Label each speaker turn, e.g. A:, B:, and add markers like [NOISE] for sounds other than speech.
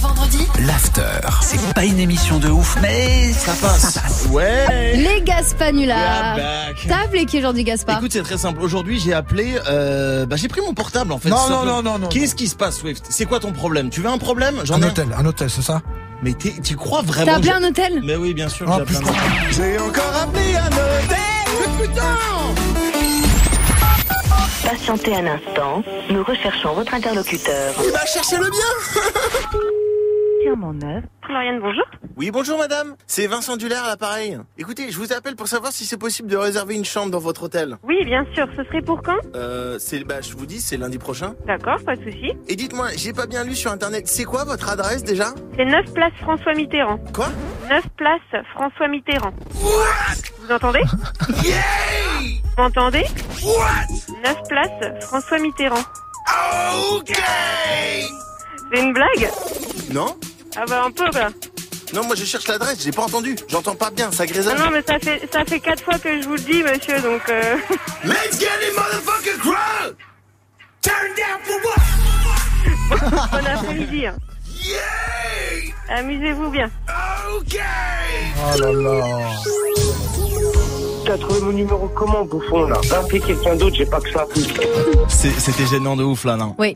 A: vendredi,
B: L'after, c'est pas une émission de ouf, mais ça passe.
C: Ouais
D: Les Gaspanulars.
C: We are back.
D: T'as appelé qui aujourd'hui, Gaspard
C: Ah bah. Écoute, c'est très simple. Aujourd'hui, j'ai appelé. Euh, bah, j'ai pris mon portable en fait.
E: Non,
C: tout
E: non,
C: simplement.
E: non, non, non.
C: Qu'est-ce qui se passe, Swift C'est quoi ton problème Tu veux un problème J'en
E: Un
C: ai. un.
E: hôtel, un hôtel, c'est ça
C: Mais t'es- tu crois vraiment
D: T'as appelé
C: que-
D: un hôtel
C: Mais oui, bien sûr.
E: Oh,
C: j'ai appelé un
E: putain.
C: hôtel. J'ai encore appelé un hôtel. Mais Putain
F: Patientez un instant, nous recherchons votre interlocuteur.
C: Il va chercher le bien.
G: Floriane, bonjour.
C: Oui, bonjour madame. C'est Vincent Dulaire à l'appareil. Écoutez, je vous appelle pour savoir si c'est possible de réserver une chambre dans votre hôtel.
G: Oui, bien sûr, ce serait pour quand
C: Euh, c'est bah, je vous dis, c'est lundi prochain.
G: D'accord, pas de souci.
C: Et dites-moi, j'ai pas bien lu sur internet. C'est quoi votre adresse déjà
G: C'est 9 places François Mitterrand.
C: Quoi
G: 9 places François Mitterrand. Vous entendez Vous entendez 9 places François Mitterrand.
C: Ok.
G: C'est une blague
C: Non
G: Ah bah un peu quoi.
C: Non, moi je cherche l'adresse, j'ai pas entendu. J'entends pas bien, ça
G: Ah
C: grésonne.
G: non mais ça fait ça fait quatre fois que je vous le dis monsieur donc euh... [LAUGHS]
C: Let's get it, motherfucker, crowd Turn down for what
G: bon après-midi. hein. Amusez-vous bien.
C: Ok
E: Oh là là
H: T'as trouvé mon numéro comment, bouffon, là Rappelez quelqu'un d'autre, j'ai pas que ça.
C: C'était gênant de ouf là, non
D: Oui.